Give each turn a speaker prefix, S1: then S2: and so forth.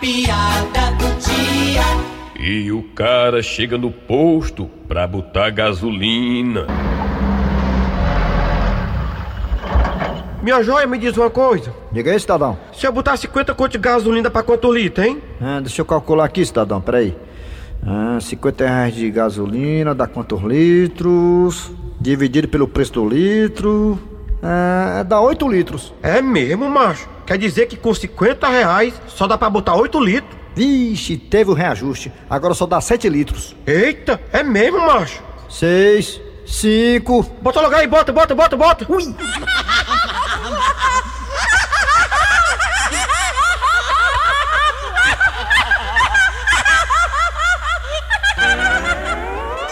S1: piada do dia.
S2: E o cara chega no posto pra botar gasolina.
S3: Minha joia, me diz uma coisa.
S4: Diga aí, cidadão.
S3: Se eu botar 50 conto de gasolina pra quanto litro, hein?
S4: Ah, deixa eu calcular aqui, cidadão, peraí. Ah, 50 reais de gasolina, dá quantos litros? Dividido pelo preço do litro. Ah, dá 8 litros.
S3: É mesmo, macho. Quer dizer que com 50 reais só dá pra botar 8 litros.
S4: Vixe, teve o reajuste. Agora só dá 7 litros.
S3: Eita, é mesmo, macho.
S4: 6, 5.
S3: Bota logo aí, bota, bota, bota, bota. Ui.